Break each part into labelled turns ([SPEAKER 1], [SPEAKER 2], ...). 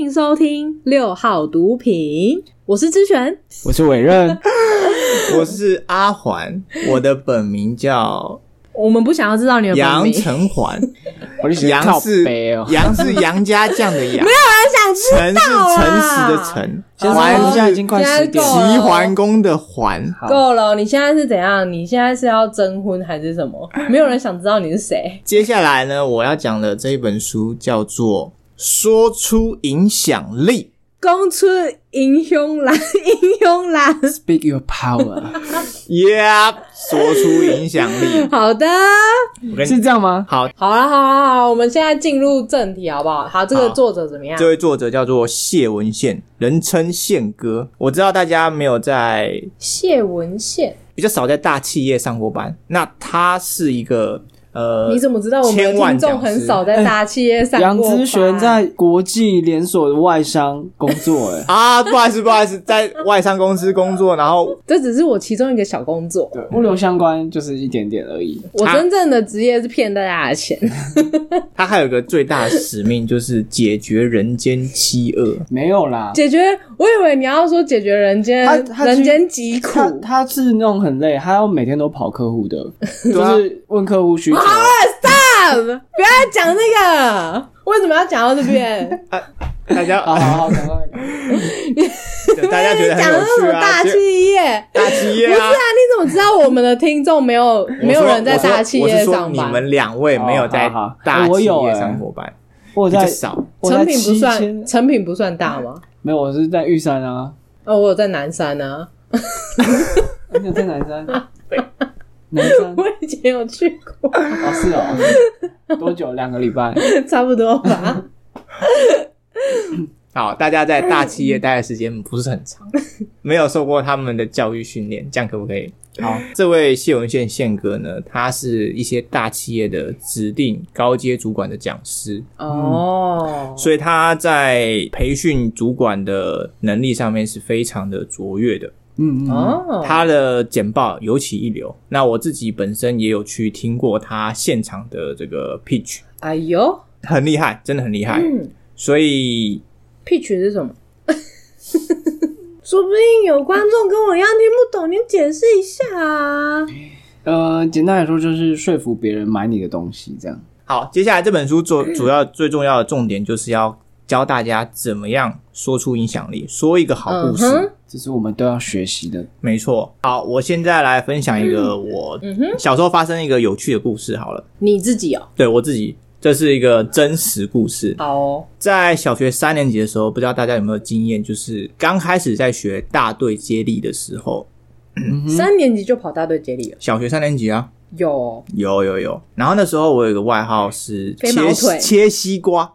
[SPEAKER 1] 迎收听六号毒品，我是知璇。
[SPEAKER 2] 我是伟任，
[SPEAKER 3] 我是阿环，我的本名叫
[SPEAKER 1] 我们不想要知道你的本
[SPEAKER 3] 杨
[SPEAKER 1] 名，
[SPEAKER 3] 成 环，
[SPEAKER 2] 我就喜欢
[SPEAKER 3] 杨
[SPEAKER 2] 靠
[SPEAKER 3] 是
[SPEAKER 2] 北哦。啊
[SPEAKER 3] 杨是杨家将 的杨，
[SPEAKER 1] 想知
[SPEAKER 3] 陈是
[SPEAKER 1] 道
[SPEAKER 3] 诚
[SPEAKER 1] 啦
[SPEAKER 3] 实的诚，
[SPEAKER 2] 先生，
[SPEAKER 3] 环
[SPEAKER 2] 我们啊现在已
[SPEAKER 3] 是
[SPEAKER 2] 经快
[SPEAKER 1] 现在
[SPEAKER 2] 十点
[SPEAKER 1] 够
[SPEAKER 2] 了，
[SPEAKER 3] 齐桓公的桓。
[SPEAKER 2] 好
[SPEAKER 1] 够了。你现在是怎样？你现在是要征婚还是什么？没有人想知道你是谁。
[SPEAKER 3] 接下来呢，我要讲的这一本书叫做《说出影响力
[SPEAKER 1] 公出英雄啦， 英雄啦。
[SPEAKER 2] ，Speak your power，》
[SPEAKER 3] ，Yep，说出影响力。
[SPEAKER 1] 好的，
[SPEAKER 3] 我跟 你
[SPEAKER 2] 是这样吗？
[SPEAKER 3] 好，
[SPEAKER 1] 好啦，好啦，好啦，我们现在进入正题好不好？好，这个
[SPEAKER 3] 好
[SPEAKER 1] 作者怎么样
[SPEAKER 3] 这？位作者叫做谢文宪，人称宪哥。我知道大家没有在
[SPEAKER 1] 谢文宪，
[SPEAKER 3] 比较少在大企业上过班，那他是一个呃，
[SPEAKER 1] 你怎么知道我们的
[SPEAKER 3] 千万
[SPEAKER 1] 听众
[SPEAKER 3] 讲师，
[SPEAKER 1] 很少在大企业上
[SPEAKER 2] 杨
[SPEAKER 1] 过
[SPEAKER 2] 之璇
[SPEAKER 1] 班
[SPEAKER 2] 在国际连锁的外商工作，哎
[SPEAKER 3] 啊，不好意思，不好意思，在外商公司工作，然后
[SPEAKER 1] 这只是我其中一个小工作。
[SPEAKER 2] 对，物流相关就是一点点而已。
[SPEAKER 1] 我真正的职业是骗大家的钱，
[SPEAKER 3] 他还有一个最大的使命就是解决人间饥饿。
[SPEAKER 2] 没有啦，
[SPEAKER 1] 解决。我以为你要说解决人间
[SPEAKER 2] 他他
[SPEAKER 1] 人
[SPEAKER 2] 去
[SPEAKER 1] 间疾苦，
[SPEAKER 2] 他他是那种很累，他要每天都跑客户的，就是问客户需求。
[SPEAKER 1] 啊 不要再讲那 个，为什么要讲到这边？
[SPEAKER 3] 大 家
[SPEAKER 2] 好
[SPEAKER 1] 啊
[SPEAKER 2] 好好，赶快
[SPEAKER 3] 大家觉得 很
[SPEAKER 1] 讲的
[SPEAKER 3] 有
[SPEAKER 1] 那
[SPEAKER 3] 趣
[SPEAKER 1] 么
[SPEAKER 3] 啊，
[SPEAKER 1] 大
[SPEAKER 3] 就
[SPEAKER 1] 企业。
[SPEAKER 3] 大企业
[SPEAKER 1] 不是
[SPEAKER 3] 啊
[SPEAKER 1] 啊，，你怎么知道我们的听众没有
[SPEAKER 3] 我说
[SPEAKER 1] 啊没有人在
[SPEAKER 3] 我说
[SPEAKER 1] 大企
[SPEAKER 3] 我是
[SPEAKER 1] 业
[SPEAKER 3] 说
[SPEAKER 1] 上
[SPEAKER 3] 你
[SPEAKER 1] 班？
[SPEAKER 3] 们两位没有在
[SPEAKER 2] 哦好好
[SPEAKER 3] 大
[SPEAKER 2] 哎我
[SPEAKER 3] 企
[SPEAKER 2] 有
[SPEAKER 3] 业
[SPEAKER 2] 哎
[SPEAKER 3] 上过班，
[SPEAKER 2] 我
[SPEAKER 3] 比较
[SPEAKER 2] 在
[SPEAKER 3] 少。
[SPEAKER 2] 我
[SPEAKER 1] 成
[SPEAKER 2] 在
[SPEAKER 1] 品不
[SPEAKER 2] 七
[SPEAKER 1] 算，
[SPEAKER 2] 千，
[SPEAKER 1] 成品不算大吗？
[SPEAKER 2] 没有，我是在玉山啊，
[SPEAKER 1] 哦，我有在南山啊呢、
[SPEAKER 2] 而且哎在南 山，南山
[SPEAKER 1] 啊， 我以前有去过，
[SPEAKER 2] 哦是哦，多久？两个礼拜。
[SPEAKER 1] 差不多吧。
[SPEAKER 3] 好，大家在大企业待的时间不是很 长，没有受过他们的教育训练，这样可不可以？
[SPEAKER 2] 好，
[SPEAKER 3] 这位谢文宪宪哥呢，他是一些大企业的指定高阶主管的讲师，
[SPEAKER 1] 哦，
[SPEAKER 3] 嗯所以他在培训主管的能力上面是非常的卓越的，
[SPEAKER 2] 嗯嗯嗯，
[SPEAKER 1] 哦，
[SPEAKER 3] 他的简报尤其一流。那我自己本身也有去听过他现场的这个 pitch，
[SPEAKER 1] 哎呦，
[SPEAKER 3] 很厉害，真的很厉害。
[SPEAKER 1] 嗯
[SPEAKER 3] 所以
[SPEAKER 1] ，pitch 是什么？ 说不定有观众跟我一样听不懂，你解释一下啊。
[SPEAKER 2] 呃，简单来说就是说服别人买你的东西，这样。
[SPEAKER 3] 好，接下来这本 书主主要最重要的重点就是要教大家怎么样说出影响力，说一个好故事。
[SPEAKER 1] 嗯哼
[SPEAKER 2] 这是我们都要学习的。
[SPEAKER 3] 没错，好，我现在来分享一个我
[SPEAKER 1] 嗯哼，
[SPEAKER 3] 小时候发生一个有趣的故事。好了，
[SPEAKER 1] 你自己哦，
[SPEAKER 3] 对我自己，这是一个真实故事。
[SPEAKER 1] 好哦，
[SPEAKER 3] 在小学三年级的时候，不知道大家有没有经验，就是刚开始在学大队接力的时候，
[SPEAKER 2] 嗯哼，
[SPEAKER 1] 三年级就跑大队接力了，
[SPEAKER 3] 小学三年级啊，
[SPEAKER 1] 有哦
[SPEAKER 3] 有有有。然后那时候我有一个外号是
[SPEAKER 1] 飞毛
[SPEAKER 3] 切西
[SPEAKER 1] 腿
[SPEAKER 3] 切西瓜，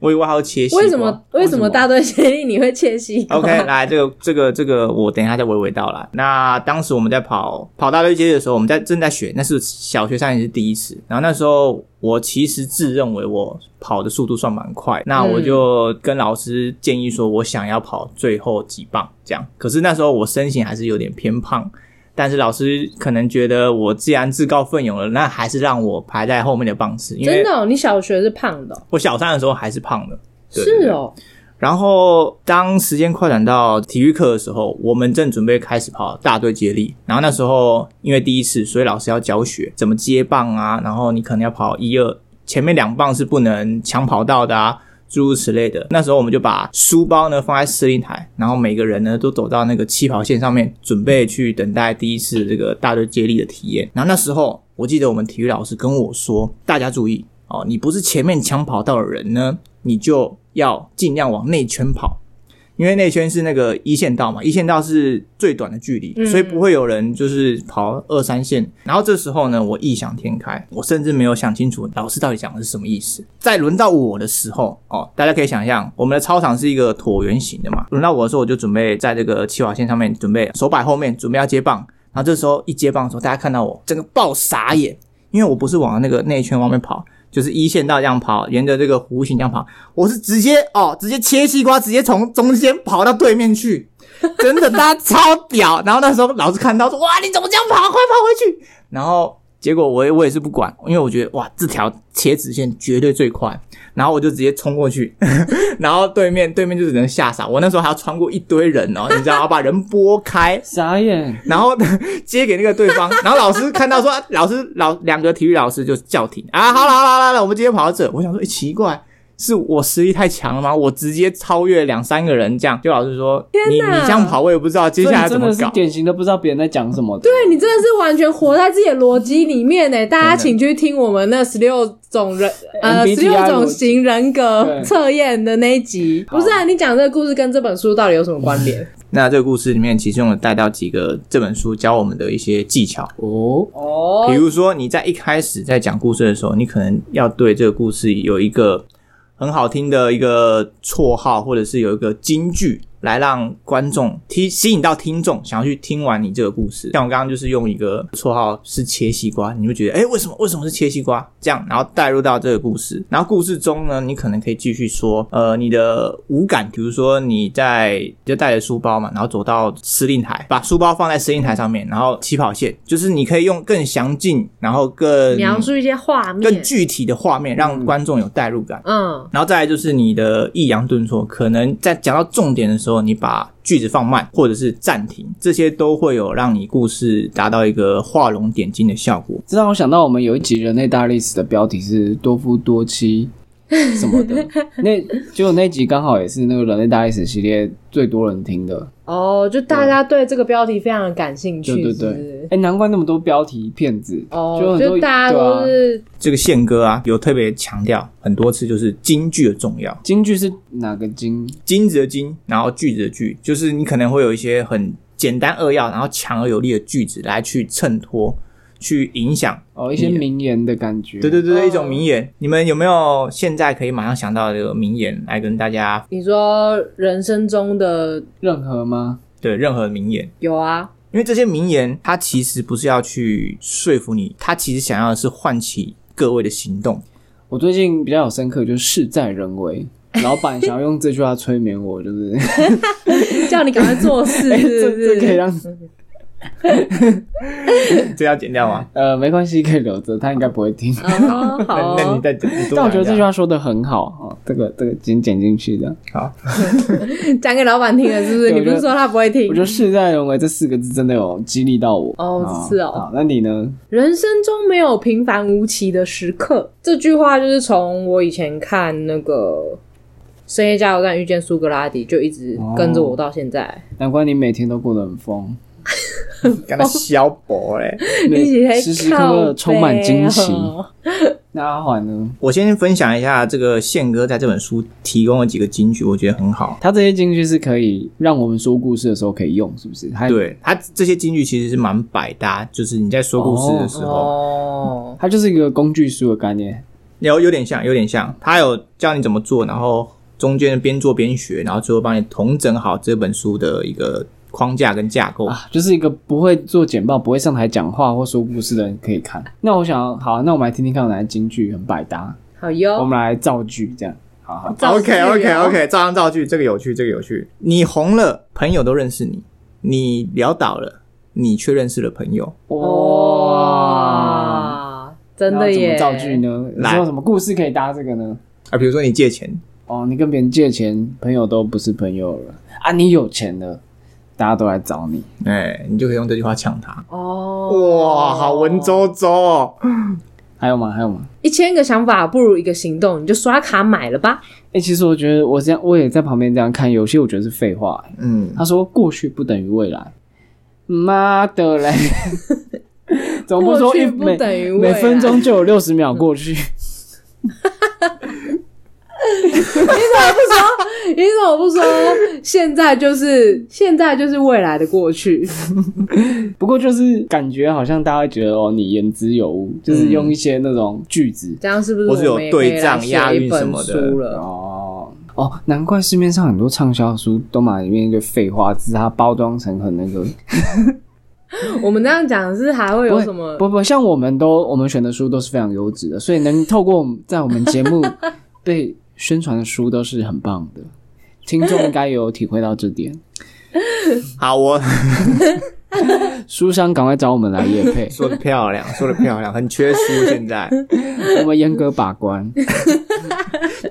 [SPEAKER 3] 我有个外号是切西瓜。
[SPEAKER 1] 为什么为什么大队接力你会切西瓜
[SPEAKER 3] OK，来，这个这个这个，我等一下再娓娓道来。那当时我们在跑跑大队接力的时候，我们在正在学，那是小学三年级是第一次。然后那时候我其实自认为我跑的速度算蛮快，那
[SPEAKER 1] 嗯
[SPEAKER 3] 我就跟老师建议说，我想要跑最后几棒这样。可是那时候我身形还是有点偏胖。但是老师可能觉得我既然自告奋勇了，那还是让我排在后面的棒次，因
[SPEAKER 1] 真
[SPEAKER 3] 为
[SPEAKER 1] 的哦，你小学是胖的哦，
[SPEAKER 3] 我小三的时候还是胖的。对对
[SPEAKER 1] 是
[SPEAKER 3] 对
[SPEAKER 1] 哦，
[SPEAKER 3] 然后当时间快转到体育课的时候，我们正准备开始跑大队接力。然后那时候因为第一次，所以老师要教学怎么接棒啊，然后你可能要跑一二，前面两棒是不能抢跑道的啊。诸如此类的，那时候我们就把书包呢放在司令台，然后每个人呢都走到那个起跑线上面，准备去等待第一次这个大队接力的体验。然后那时候我记得我们体育老师跟我说，大家注意哦，你不是前面抢跑道的人呢，你就要尽量往内圈跑，因为内圈是那个一线道嘛，一线道是最短的距离，
[SPEAKER 1] 嗯
[SPEAKER 3] 所以不会有人就是跑二三线。然后这时候呢，我异想天开，我甚至没有想清楚老师到底讲的是什么意思。在轮到我的时候，哦，大家可以想象，我们的操场是一个椭圆形的嘛，轮到我的时候，我就准备在这个起跑线上面准备手摆后面，准备要接棒。然后这时候一接棒的时候，大家看到我整个爆傻眼，因为我不是往那个内圈外面跑，就是一线道这样跑，沿着这个弧形这样跑，我是直接哦，直接切西瓜，直接从中间跑到对面去，真的，大家超屌。然后那时候老师看到说，哇，你怎么这样跑？快跑回去！然后结果我也我也是不管，因为我觉得哇，这条切直线绝对最快，然后我就直接冲过去，然后对面对面就只能吓傻。我那时候还要穿过一堆人哦，你知道吗？把人拨开，
[SPEAKER 2] 傻眼，
[SPEAKER 3] 然后接给那个对方，然后老师看到说，啊老师老两个体育老师就叫停啊，好了好了好了好了，我们今天跑到这。我想说，诶奇怪，是我实力太强了吗？我直接超越两三个人这样。就老师说，你
[SPEAKER 1] 天哪
[SPEAKER 3] 你这样跑，我也不知道接
[SPEAKER 2] 所
[SPEAKER 3] 下
[SPEAKER 2] 以
[SPEAKER 3] 来
[SPEAKER 2] 你
[SPEAKER 3] 怎
[SPEAKER 2] 真
[SPEAKER 3] 么
[SPEAKER 2] 的是
[SPEAKER 3] 搞。
[SPEAKER 2] 典型的不知道别人在讲什么的。
[SPEAKER 1] 对你真的是完全活在自己的逻辑里面呢。大家
[SPEAKER 3] 真
[SPEAKER 1] 请
[SPEAKER 3] 的
[SPEAKER 1] 去听我们那十六种人呃十
[SPEAKER 2] MBTI
[SPEAKER 1] 六种型人格
[SPEAKER 2] 对
[SPEAKER 1] 测验的那一集。
[SPEAKER 2] 好
[SPEAKER 1] 不是啊，你讲这个故事跟这本书到底有什么关联？
[SPEAKER 3] 那这个故事里面，其中有带到几个这本书教我们的一些技巧。
[SPEAKER 2] 哦，
[SPEAKER 1] 哦
[SPEAKER 3] 比如说，你在一开始在讲故事的时候，你可能要对这个故事有一个很好听的一个绰号，或者是有一个金句，来让观众提吸引到听众想要去听完你这个故事。像我刚刚就是用一个绰号是切西瓜，你会觉得哎，诶为什么为什么是切西瓜？这样，然后带入到这个故事，然后故事中呢，你可能可以继续说，呃，你的五感，比如说你在你就带着书包嘛，然后走到司令台，把书包放在司令台上面，然后起跑线，就是你可以用更详尽，然后更
[SPEAKER 1] 描述一些画
[SPEAKER 3] 更
[SPEAKER 1] 面，
[SPEAKER 3] 具体的画面，让观众有代入感。
[SPEAKER 1] 嗯，
[SPEAKER 3] 然后再来就是你的抑扬顿挫，可能在讲到重点的时候，你把句子放慢或者是暂停，这些都会有让你故事达到一个画龙点睛的效果。
[SPEAKER 2] 这让我想到我们有一集《人类大历史》的标题是“多夫多妻”什么 的，那就那集刚好也是那个《人类大历史》系列最多人听的。
[SPEAKER 1] 哦，就大家对这个标题非常的感兴趣，
[SPEAKER 2] 对对
[SPEAKER 1] 是不是
[SPEAKER 2] 对，哎、难怪那么多标题骗子，就
[SPEAKER 1] 哦，
[SPEAKER 2] 很
[SPEAKER 1] 就
[SPEAKER 2] 多
[SPEAKER 1] 大家
[SPEAKER 2] 对
[SPEAKER 1] 都
[SPEAKER 2] 啊
[SPEAKER 1] 是
[SPEAKER 3] 这个宪哥啊，有特别强调很多次，就是金句的重要，
[SPEAKER 2] 京剧是哪个京？
[SPEAKER 3] 金子的金，然后句子的句，就是你可能会有一些很简单扼要，然后强而有力的句子来去衬托，去影响。
[SPEAKER 2] 哦，一些名言的感觉。
[SPEAKER 3] 对对对
[SPEAKER 1] 哦
[SPEAKER 3] 对，一种名言。你们有没有现在可以马上想到的名言来跟大家？
[SPEAKER 1] 你说人生中的
[SPEAKER 2] 任何吗？
[SPEAKER 3] 对，任何名言。
[SPEAKER 1] 有啊，
[SPEAKER 3] 因为这些名言，它其实不是要去说服你，它其实想要的是唤起各位的行动。
[SPEAKER 2] 我最近比较有深刻，就是事在人为。老板想要用这句话催眠我，就是
[SPEAKER 1] 叫你赶快做事，
[SPEAKER 2] 哎
[SPEAKER 1] 是
[SPEAKER 2] 这
[SPEAKER 1] 不是？嗯
[SPEAKER 2] 这可以让
[SPEAKER 3] 这要剪掉吗？
[SPEAKER 2] 呃没关系，可以留着，他应该不会听。
[SPEAKER 1] 哦，好哦
[SPEAKER 3] 那那你再讲，你多
[SPEAKER 2] 但我觉得
[SPEAKER 3] 讲
[SPEAKER 2] 这
[SPEAKER 3] 一
[SPEAKER 2] 句
[SPEAKER 3] 下
[SPEAKER 2] 话说的很好哦，这个这个已经剪进去的。
[SPEAKER 3] 好，
[SPEAKER 1] 讲给老板听了，是不是？
[SPEAKER 2] 对
[SPEAKER 1] 你不是说他不会听
[SPEAKER 2] 我觉？得“事在人为”这四个字真的有激励到我。
[SPEAKER 1] 哦
[SPEAKER 2] 啊
[SPEAKER 1] 是哦
[SPEAKER 2] 好，那你呢？
[SPEAKER 1] 人生中没有平凡无奇的时刻，这句话就是从我以前看那个《深夜加油站遇见苏格拉底》就一直跟
[SPEAKER 2] 哦
[SPEAKER 1] 着我到现在。
[SPEAKER 2] 难怪你每天都过得很 疯，
[SPEAKER 3] 刚才消薄嘞。
[SPEAKER 1] 一起来
[SPEAKER 2] 每时时刻刻充满惊喜
[SPEAKER 1] 靠。背哦
[SPEAKER 2] 那阿环呢？
[SPEAKER 3] 我先分享一下这个宪哥在这本书提供的几个金句，我觉得很好。
[SPEAKER 2] 他这些金句是可以让我们说故事的时候可以用，是不是？他
[SPEAKER 3] 对他这些金句其实是蛮百搭，就是你在说故事的时候，
[SPEAKER 1] 哦，
[SPEAKER 2] 它就是一个工具书的概念。
[SPEAKER 3] 有有点像，有点像，他有教你怎么做，然后中间边做边学，然后最后帮你统整好这本书的一个框架跟架构。
[SPEAKER 2] 啊，就是一个不会做简报、不会上台讲话或说故事的人可以看。那我想，好，啊那我们来听听看有哪些京剧很百搭，
[SPEAKER 1] 好
[SPEAKER 2] 我
[SPEAKER 1] 哟。
[SPEAKER 2] 们来造句这样。好好，
[SPEAKER 1] 造句
[SPEAKER 3] OK
[SPEAKER 1] 哦
[SPEAKER 3] OK OK，照样造句，这个有趣，这个有趣。你红了，朋友都认识你；你潦倒了，你却认识了朋友。
[SPEAKER 2] 哇，
[SPEAKER 1] 哇，真的
[SPEAKER 2] 那要
[SPEAKER 1] 耶！
[SPEAKER 2] 怎么造句呢？有
[SPEAKER 3] 来
[SPEAKER 2] 没有什么故事可以搭这个呢？
[SPEAKER 3] 啊，比如说你借钱，
[SPEAKER 2] 哦，你跟别人借钱，朋友都不是朋友了啊，你有钱了，大家都来找你。
[SPEAKER 3] 哎，你就可以用这句话抢他。
[SPEAKER 1] 哦，
[SPEAKER 3] 哇，好文绉绉哦。
[SPEAKER 2] 还有吗？还有吗？
[SPEAKER 1] 一千个想法不如一个行动，你就刷卡买了吧。
[SPEAKER 2] 哎、其实我觉得我这样，我也在旁边这样看，有些我觉得是废话、欸
[SPEAKER 3] 嗯，
[SPEAKER 2] 他说过去不等于未来，妈的嘞！ 总不说
[SPEAKER 1] 过
[SPEAKER 2] 一
[SPEAKER 1] 去不
[SPEAKER 2] 每
[SPEAKER 1] 等于未
[SPEAKER 2] 每
[SPEAKER 1] 来
[SPEAKER 2] 分钟就有六十秒过去，
[SPEAKER 1] 你怎么不说？现在就是现在就是未来的过去。
[SPEAKER 2] 不过就是感觉好像大家会觉得哦，你言之有物，就是
[SPEAKER 1] 嗯
[SPEAKER 2] 用一些那种句子、
[SPEAKER 1] 这样是不是
[SPEAKER 3] 或是有
[SPEAKER 1] 我们也可以
[SPEAKER 3] 对仗
[SPEAKER 1] 来
[SPEAKER 3] 押
[SPEAKER 1] 写一
[SPEAKER 3] 韵
[SPEAKER 1] 本
[SPEAKER 3] 什么的
[SPEAKER 1] 书了？
[SPEAKER 2] 哦哦，难怪市面上很多畅销书都把里面一个废话，只是它包装成很那个，
[SPEAKER 1] 我们这样讲是还会有什么？
[SPEAKER 2] 不不，像我们都我们选的书都是非常优质的，所以能透过我们在我们节目被宣传的书都是很棒的，听众应该有体会到这点。
[SPEAKER 3] 好，我
[SPEAKER 2] 书商赶快找我们来夜配，
[SPEAKER 3] 说的漂亮，说的漂亮，很缺书，现在
[SPEAKER 2] 我们严格把关。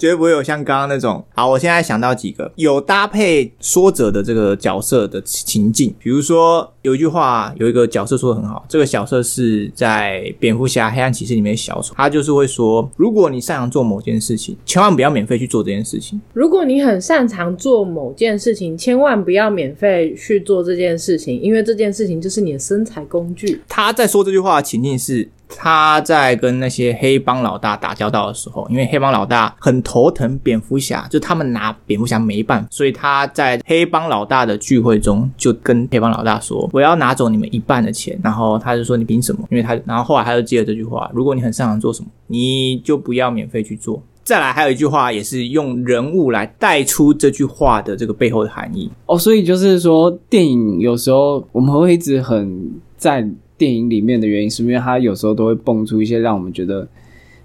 [SPEAKER 3] 绝对不会有像刚刚那种。好，我现在想到几个有搭配说者的这个角色的情境，比如说有一句话，有一个角色说的很好，这个角色是在蝙蝠侠、黑暗骑士里面的小丑，他就是会说，如果你擅长做某件事情，千万不要免费去做这件事情。
[SPEAKER 1] 如果你很擅长做某件事情，千万不要免费去做这件事情，因为这件事情就是你的生财工具。
[SPEAKER 3] 他在说这句话的情境是。他在跟那些黑帮老大打交道的时候，因为黑帮老大很头疼蝙蝠侠，就他们拿蝙蝠侠没办法，所以他在黑帮老大的聚会中就跟黑帮老大说：“我要拿走你们一半的钱。”然后他就说：“你凭什么？”因为他，然后后来他就接了这句话：“如果你很擅长做什么，你就不要免费去做。”再来还有一句话，也是用人物来带出这句话的这个背后的含义。
[SPEAKER 2] 哦，所以就是说，电影有时候我们会一直很在电影里面的原因，是因为它有时候都会蹦出一些让我们觉得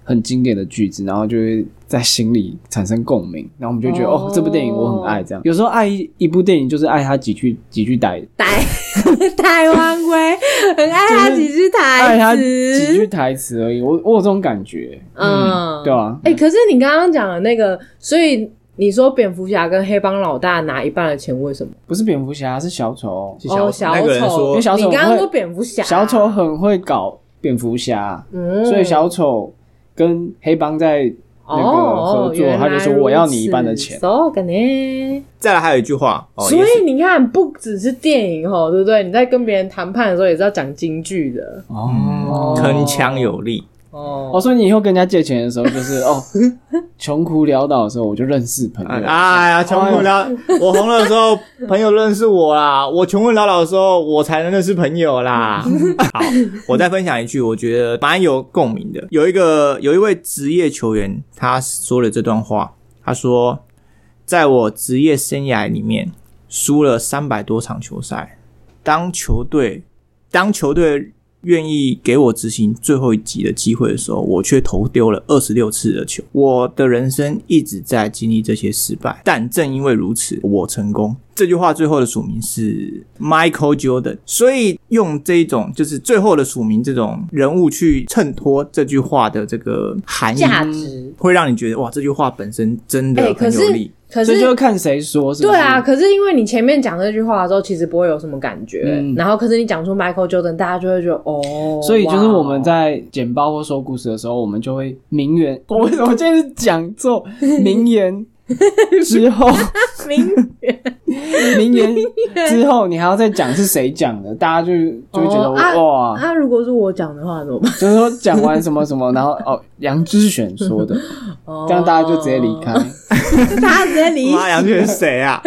[SPEAKER 2] 很经典的句子，然后就会在心里产生共鸣，然后我们就觉得哦
[SPEAKER 1] 哦
[SPEAKER 2] 这部电影我很爱这样。有时候爱一一部电影就是爱它几句几句台，
[SPEAKER 1] 台 台湾龟很爱他几句
[SPEAKER 2] 爱
[SPEAKER 1] 台
[SPEAKER 2] 它几句
[SPEAKER 1] 词，
[SPEAKER 2] 台词而已。我我有这种感觉，
[SPEAKER 1] 嗯，
[SPEAKER 2] 对啊，
[SPEAKER 1] 哎、可是你刚刚讲的那个，所以你说蝙蝠侠跟黑帮老大拿一半的钱，为什么？
[SPEAKER 2] 不是蝙蝠侠，是小丑。
[SPEAKER 3] 是
[SPEAKER 1] 哦，
[SPEAKER 3] 丑
[SPEAKER 1] 小
[SPEAKER 3] 那个人
[SPEAKER 1] 丑，
[SPEAKER 3] 说
[SPEAKER 2] 因为小丑
[SPEAKER 1] 你刚刚
[SPEAKER 2] 会
[SPEAKER 1] 说蝙蝠侠，
[SPEAKER 2] 小丑，很会搞蝙蝠侠，
[SPEAKER 1] 嗯，
[SPEAKER 2] 所以小丑跟黑帮在
[SPEAKER 1] 哦
[SPEAKER 2] 那个合
[SPEAKER 1] 哦
[SPEAKER 2] 作
[SPEAKER 1] 原来
[SPEAKER 2] 他就说
[SPEAKER 1] 如
[SPEAKER 2] 我要你一半的钱
[SPEAKER 1] 此，so 干呢
[SPEAKER 3] 再来还有一句话，哦、
[SPEAKER 1] 所
[SPEAKER 3] 也是
[SPEAKER 1] 以你看，不只是电影哦，对不对？你在跟别人谈判的时候，也是要讲京剧的
[SPEAKER 2] 哦
[SPEAKER 3] 铿锵有力。
[SPEAKER 2] 哦，
[SPEAKER 1] 哦。
[SPEAKER 2] 所以你以后跟人家借钱的时候，就是哦，穷苦潦倒的时候，我就认识朋友。
[SPEAKER 3] 哎呀，穷困潦， 我红的时候朋友认识我啦，我穷困潦倒的时候我才能认识朋友啦。 好，我再分享一句，我觉得蛮有共鸣的。有一个有一位职业球员，他说了这段话，他说，在我职业生涯里面输了三百多场球赛，当球队当球队愿意给我执行最后一集的机会的时候，我却投丢了二十六次的球。我的人生一直在经历这些失败，但正因为如此，我成功。这句话最后的署名是 Michael Jordan，所以用这种就是最后的署名这种人物去衬托这句话的这个含义，
[SPEAKER 1] 价值。
[SPEAKER 3] 会让你觉得哇，这句话本身真
[SPEAKER 1] 哎、
[SPEAKER 3] 的
[SPEAKER 1] 可
[SPEAKER 3] 很
[SPEAKER 1] 是
[SPEAKER 3] 有力。
[SPEAKER 1] 可
[SPEAKER 2] 所
[SPEAKER 1] 是
[SPEAKER 2] 以就是看谁说，是不
[SPEAKER 1] 对
[SPEAKER 2] 是
[SPEAKER 1] 啊，，可是因为你前面讲这句话的时候，其实不会有什么感觉，
[SPEAKER 2] 嗯
[SPEAKER 1] 然后可是你讲出 Michael Jordan，大家就会觉得哦，
[SPEAKER 2] 所以就是
[SPEAKER 1] 哇哦
[SPEAKER 2] 我们在简报或说故事的时候，我们就会名言。 我我今天是讲座名 言之 后，
[SPEAKER 1] 明
[SPEAKER 2] 名言之后，你还要再讲是谁讲的，大家就就会觉得
[SPEAKER 1] 哦啊
[SPEAKER 2] 哇，
[SPEAKER 1] 啊，如果是我讲的话怎么办？
[SPEAKER 2] 就是说讲完什么 什么，然后哦，杨之璇说的，
[SPEAKER 1] 哦
[SPEAKER 2] 这样大家就直接离开，。
[SPEAKER 1] 大家直接 离
[SPEAKER 3] 妈呀，这是谁啊？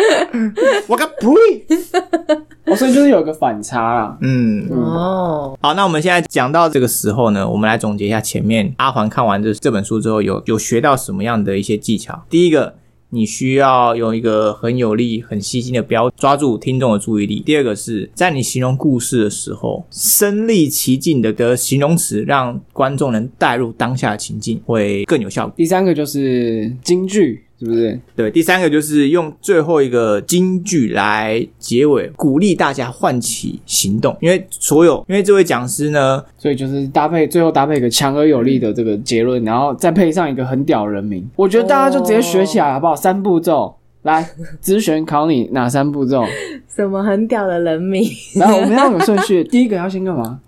[SPEAKER 3] 我个呸！
[SPEAKER 2] 哦，所以就是有个反差啦。
[SPEAKER 3] 嗯，
[SPEAKER 1] 哦，
[SPEAKER 3] 好，那我们现在讲到这个时候呢，我们来总结一下前面阿环看完这这本书之后有有学到什么样的一些技巧。第一个，你需要用一个很有力、很吸睛的标抓住听众的注意力；第二个是在你形容故事的时候，身临其境的的形容词，让观众能带入当下的情境，会更有效果。
[SPEAKER 2] 第三个就是京剧，是不是？
[SPEAKER 3] 对，第三个就是用最后一个金句来结尾，鼓励大家唤起行动，因为所有，因为这位讲师呢，
[SPEAKER 2] 所以就是搭配，最后搭配一个强而有力的这个结论，然后再配上一个很屌人名，我觉得大家就直接学
[SPEAKER 1] 哦
[SPEAKER 2] 起来好不好？三步骤，来，咨询考你哪三 步骤？
[SPEAKER 1] 什么很屌的人名，
[SPEAKER 2] 然后我们要有顺序，第一个要先干嘛？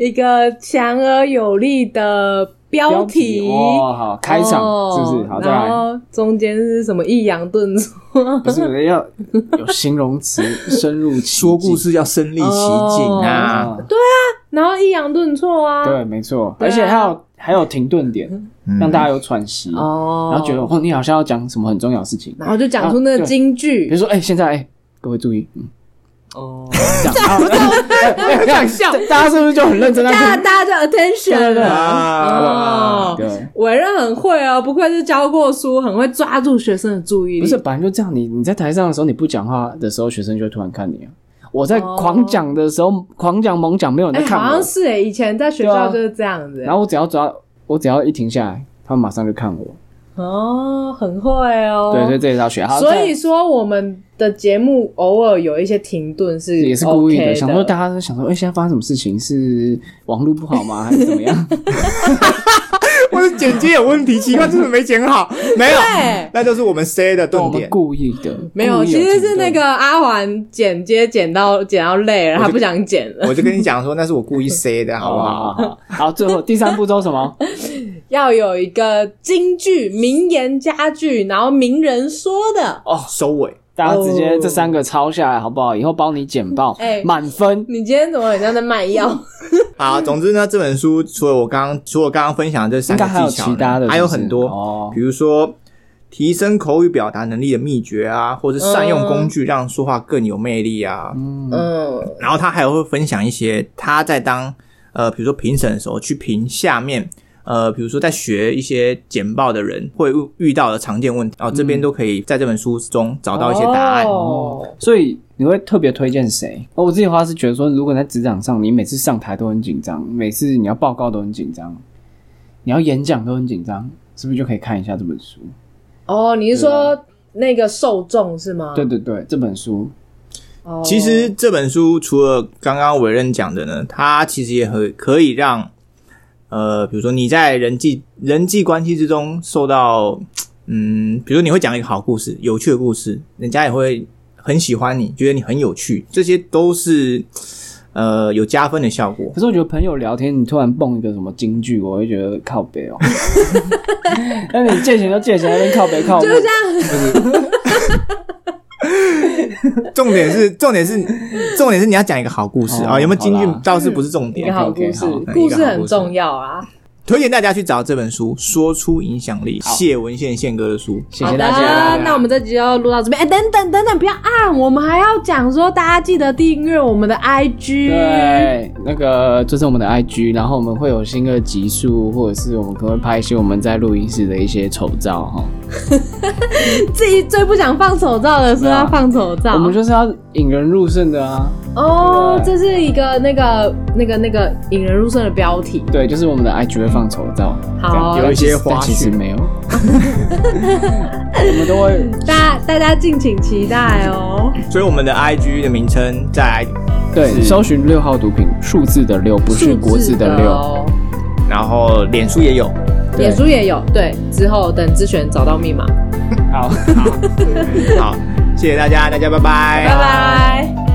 [SPEAKER 1] 一个强而有力的 标题。
[SPEAKER 2] 哇，好，开场
[SPEAKER 1] 哦
[SPEAKER 2] 是不是？好，再
[SPEAKER 1] 然
[SPEAKER 2] 来，
[SPEAKER 1] 后中间是什么抑扬顿 挫？
[SPEAKER 2] 不是要有形容词深 入其
[SPEAKER 3] 说故
[SPEAKER 2] 境
[SPEAKER 3] 事要身临其境啊。
[SPEAKER 2] 啊，
[SPEAKER 1] 然后抑扬顿挫啊，
[SPEAKER 2] 对，没错，
[SPEAKER 1] 对啊
[SPEAKER 2] 而且还有还有停顿点，
[SPEAKER 3] 嗯
[SPEAKER 2] 让大家有喘息，然
[SPEAKER 1] 哦，
[SPEAKER 2] 后觉得哦，你好像要讲什么很重要的事情，
[SPEAKER 1] 然后就讲出那个金
[SPEAKER 2] 比如
[SPEAKER 1] 句，
[SPEAKER 2] 说哎，现在哎，各位注意， 嗯，
[SPEAKER 1] 哦，
[SPEAKER 2] 这样，然后哎哎
[SPEAKER 1] 想笑
[SPEAKER 2] 大家是不是就很认真
[SPEAKER 1] 大
[SPEAKER 2] 在
[SPEAKER 1] 家
[SPEAKER 2] 听？
[SPEAKER 1] 大家就 attention
[SPEAKER 2] 对对
[SPEAKER 1] 了。
[SPEAKER 3] 啊
[SPEAKER 1] 哦，
[SPEAKER 2] 对，
[SPEAKER 1] 伟任很会哦，不愧是教过书，很会抓住学生的注意力。
[SPEAKER 2] 不是，本来就这样，你你在台上的时候你不讲话的时候，学生就会突然看你啊。我在
[SPEAKER 1] 哦
[SPEAKER 2] 狂讲的时候，狂讲猛讲，没有人
[SPEAKER 1] 哎、
[SPEAKER 2] 在看
[SPEAKER 1] 好
[SPEAKER 2] 我
[SPEAKER 1] 像。是哎，以前在学校就是这样子。
[SPEAKER 2] 然后我只要抓，我只要一停下来，他们马上就看我。
[SPEAKER 1] 哦，很会哦。
[SPEAKER 2] 对，所以这也是要学。好
[SPEAKER 1] 所
[SPEAKER 2] 再
[SPEAKER 1] 以说我们的节目偶尔有一些停顿是
[SPEAKER 2] 也是故意
[SPEAKER 1] OK
[SPEAKER 2] 的，
[SPEAKER 1] 的，
[SPEAKER 2] 想说大家都想说，哎、现在发生什么事情？是网络不好吗？还是怎么样？
[SPEAKER 3] 我的剪接有问题，奇怪，就是没剪好，没有，
[SPEAKER 1] 对。
[SPEAKER 3] 那就是我们 C 的
[SPEAKER 2] 我
[SPEAKER 3] 顿
[SPEAKER 2] 们
[SPEAKER 3] 点。
[SPEAKER 2] 故意的，
[SPEAKER 1] 没哦有，
[SPEAKER 2] 故意
[SPEAKER 1] 其实
[SPEAKER 2] 停
[SPEAKER 1] 是
[SPEAKER 2] 顿
[SPEAKER 1] 那个阿环剪接剪到剪到累了，
[SPEAKER 3] 我就
[SPEAKER 1] 他不想剪了。
[SPEAKER 3] 我就跟你讲说，那是我故意 C 的，好
[SPEAKER 2] 好
[SPEAKER 3] 不
[SPEAKER 2] 不
[SPEAKER 3] 好？
[SPEAKER 2] 好？好， 好最后第三步骤什 么？
[SPEAKER 1] 要有一个京剧名言佳句，然后名人说的。
[SPEAKER 3] 哦，收尾。
[SPEAKER 2] 大家直接这三个抄下来，好不好？以后帮你简报
[SPEAKER 1] 哎，
[SPEAKER 2] 满分。
[SPEAKER 1] 你今天怎么很像在卖药？
[SPEAKER 3] 好，总之呢，这本书除了我刚刚除了刚刚分享的这
[SPEAKER 2] 应
[SPEAKER 3] 三个
[SPEAKER 2] 该还有
[SPEAKER 3] 技巧
[SPEAKER 2] 其
[SPEAKER 3] 呢，
[SPEAKER 2] 他的，
[SPEAKER 3] 还有
[SPEAKER 2] 是不是
[SPEAKER 3] 很多，
[SPEAKER 2] 哦
[SPEAKER 3] 比。如说提升口语表达能力的秘诀啊，或者善用工具让说话更有魅力啊。
[SPEAKER 1] 嗯，
[SPEAKER 3] 然后他还会分享一些他在当呃，比如说评审的时候去评下面。呃，比如说在学一些简报的人会遇遇到的常见问题哦，这边都可以在这本书中找到一些答案。
[SPEAKER 1] 哦，
[SPEAKER 2] 所以你会特别推荐谁？哦我自己的话是觉得说，如果在职场上，你每次上台都很紧张，每次你要报告都很紧张，你要演讲都很紧张，是不是就可以看一下这本书？
[SPEAKER 3] 嗯
[SPEAKER 1] 哦，你是说那个受众是吗？
[SPEAKER 2] 对对对，这本书
[SPEAKER 1] 哦，
[SPEAKER 3] 其实这本书除了刚刚委任讲的呢，它其实也很可以让呃，比如说你在人际人际关系之中受到嗯，比如说你会讲一个好故事、有趣的故事，人家也会很喜欢你，觉得你很有趣，这些都是呃有加分的效果
[SPEAKER 2] 可。是我觉得朋友聊天，你突然蹦一个什么京剧，我会觉得靠北哦。那你借钱就借钱，那边靠北靠北，
[SPEAKER 1] 就像
[SPEAKER 3] 重点 是重点是重点是你要讲一个好嗯故事
[SPEAKER 2] 哦
[SPEAKER 3] 啊、有没有京剧
[SPEAKER 2] 好啦
[SPEAKER 3] 倒是不是重
[SPEAKER 1] 一个
[SPEAKER 3] 点，
[SPEAKER 1] 好故
[SPEAKER 2] OK，OK，
[SPEAKER 1] 事
[SPEAKER 2] 好，
[SPEAKER 1] 故
[SPEAKER 3] 一个
[SPEAKER 1] 事
[SPEAKER 3] 好
[SPEAKER 1] 很
[SPEAKER 3] 故事
[SPEAKER 1] 重要啊。
[SPEAKER 3] 推荐大家去找这本书《说出影响力》，谢文宪宪哥的书。
[SPEAKER 2] 谢
[SPEAKER 1] 好
[SPEAKER 2] 谢
[SPEAKER 1] 的
[SPEAKER 2] 大家。，
[SPEAKER 1] 那我们这集就录到这边。哎，等等等等，不要按，我们还要讲说大家记得订阅我们的 IG。，
[SPEAKER 2] 对，那个这是我们的 IG，然后我们会有新的集数，或者是我们可能会拍一些我们在录音室的一些丑照哈。
[SPEAKER 1] 自己最不想放手照的是要放手照。
[SPEAKER 2] 啊我们就是要引人入胜的啊，
[SPEAKER 1] 哦，
[SPEAKER 2] 对
[SPEAKER 1] 这是一个那个那个那个引人入胜的标题。
[SPEAKER 2] 对，就是我们的 IG 会放丑照，
[SPEAKER 1] 好哦
[SPEAKER 2] 这样
[SPEAKER 1] 有
[SPEAKER 3] 一些
[SPEAKER 2] 但其
[SPEAKER 3] 花
[SPEAKER 2] 但
[SPEAKER 3] 絮
[SPEAKER 2] 其实没有，我们都会
[SPEAKER 1] 大大家敬请期待哦。
[SPEAKER 3] 所以我们的 IG 的名称在，
[SPEAKER 2] 对
[SPEAKER 3] 是
[SPEAKER 2] 搜寻六号毒品，数字的六，不是国字的六，
[SPEAKER 1] 哦，
[SPEAKER 3] 然后脸书也有。
[SPEAKER 2] 对
[SPEAKER 1] 脸书也有。对，之后等资璇找到密码，
[SPEAKER 2] 好。
[SPEAKER 3] 好，谢谢大家，大家拜拜
[SPEAKER 1] 拜拜。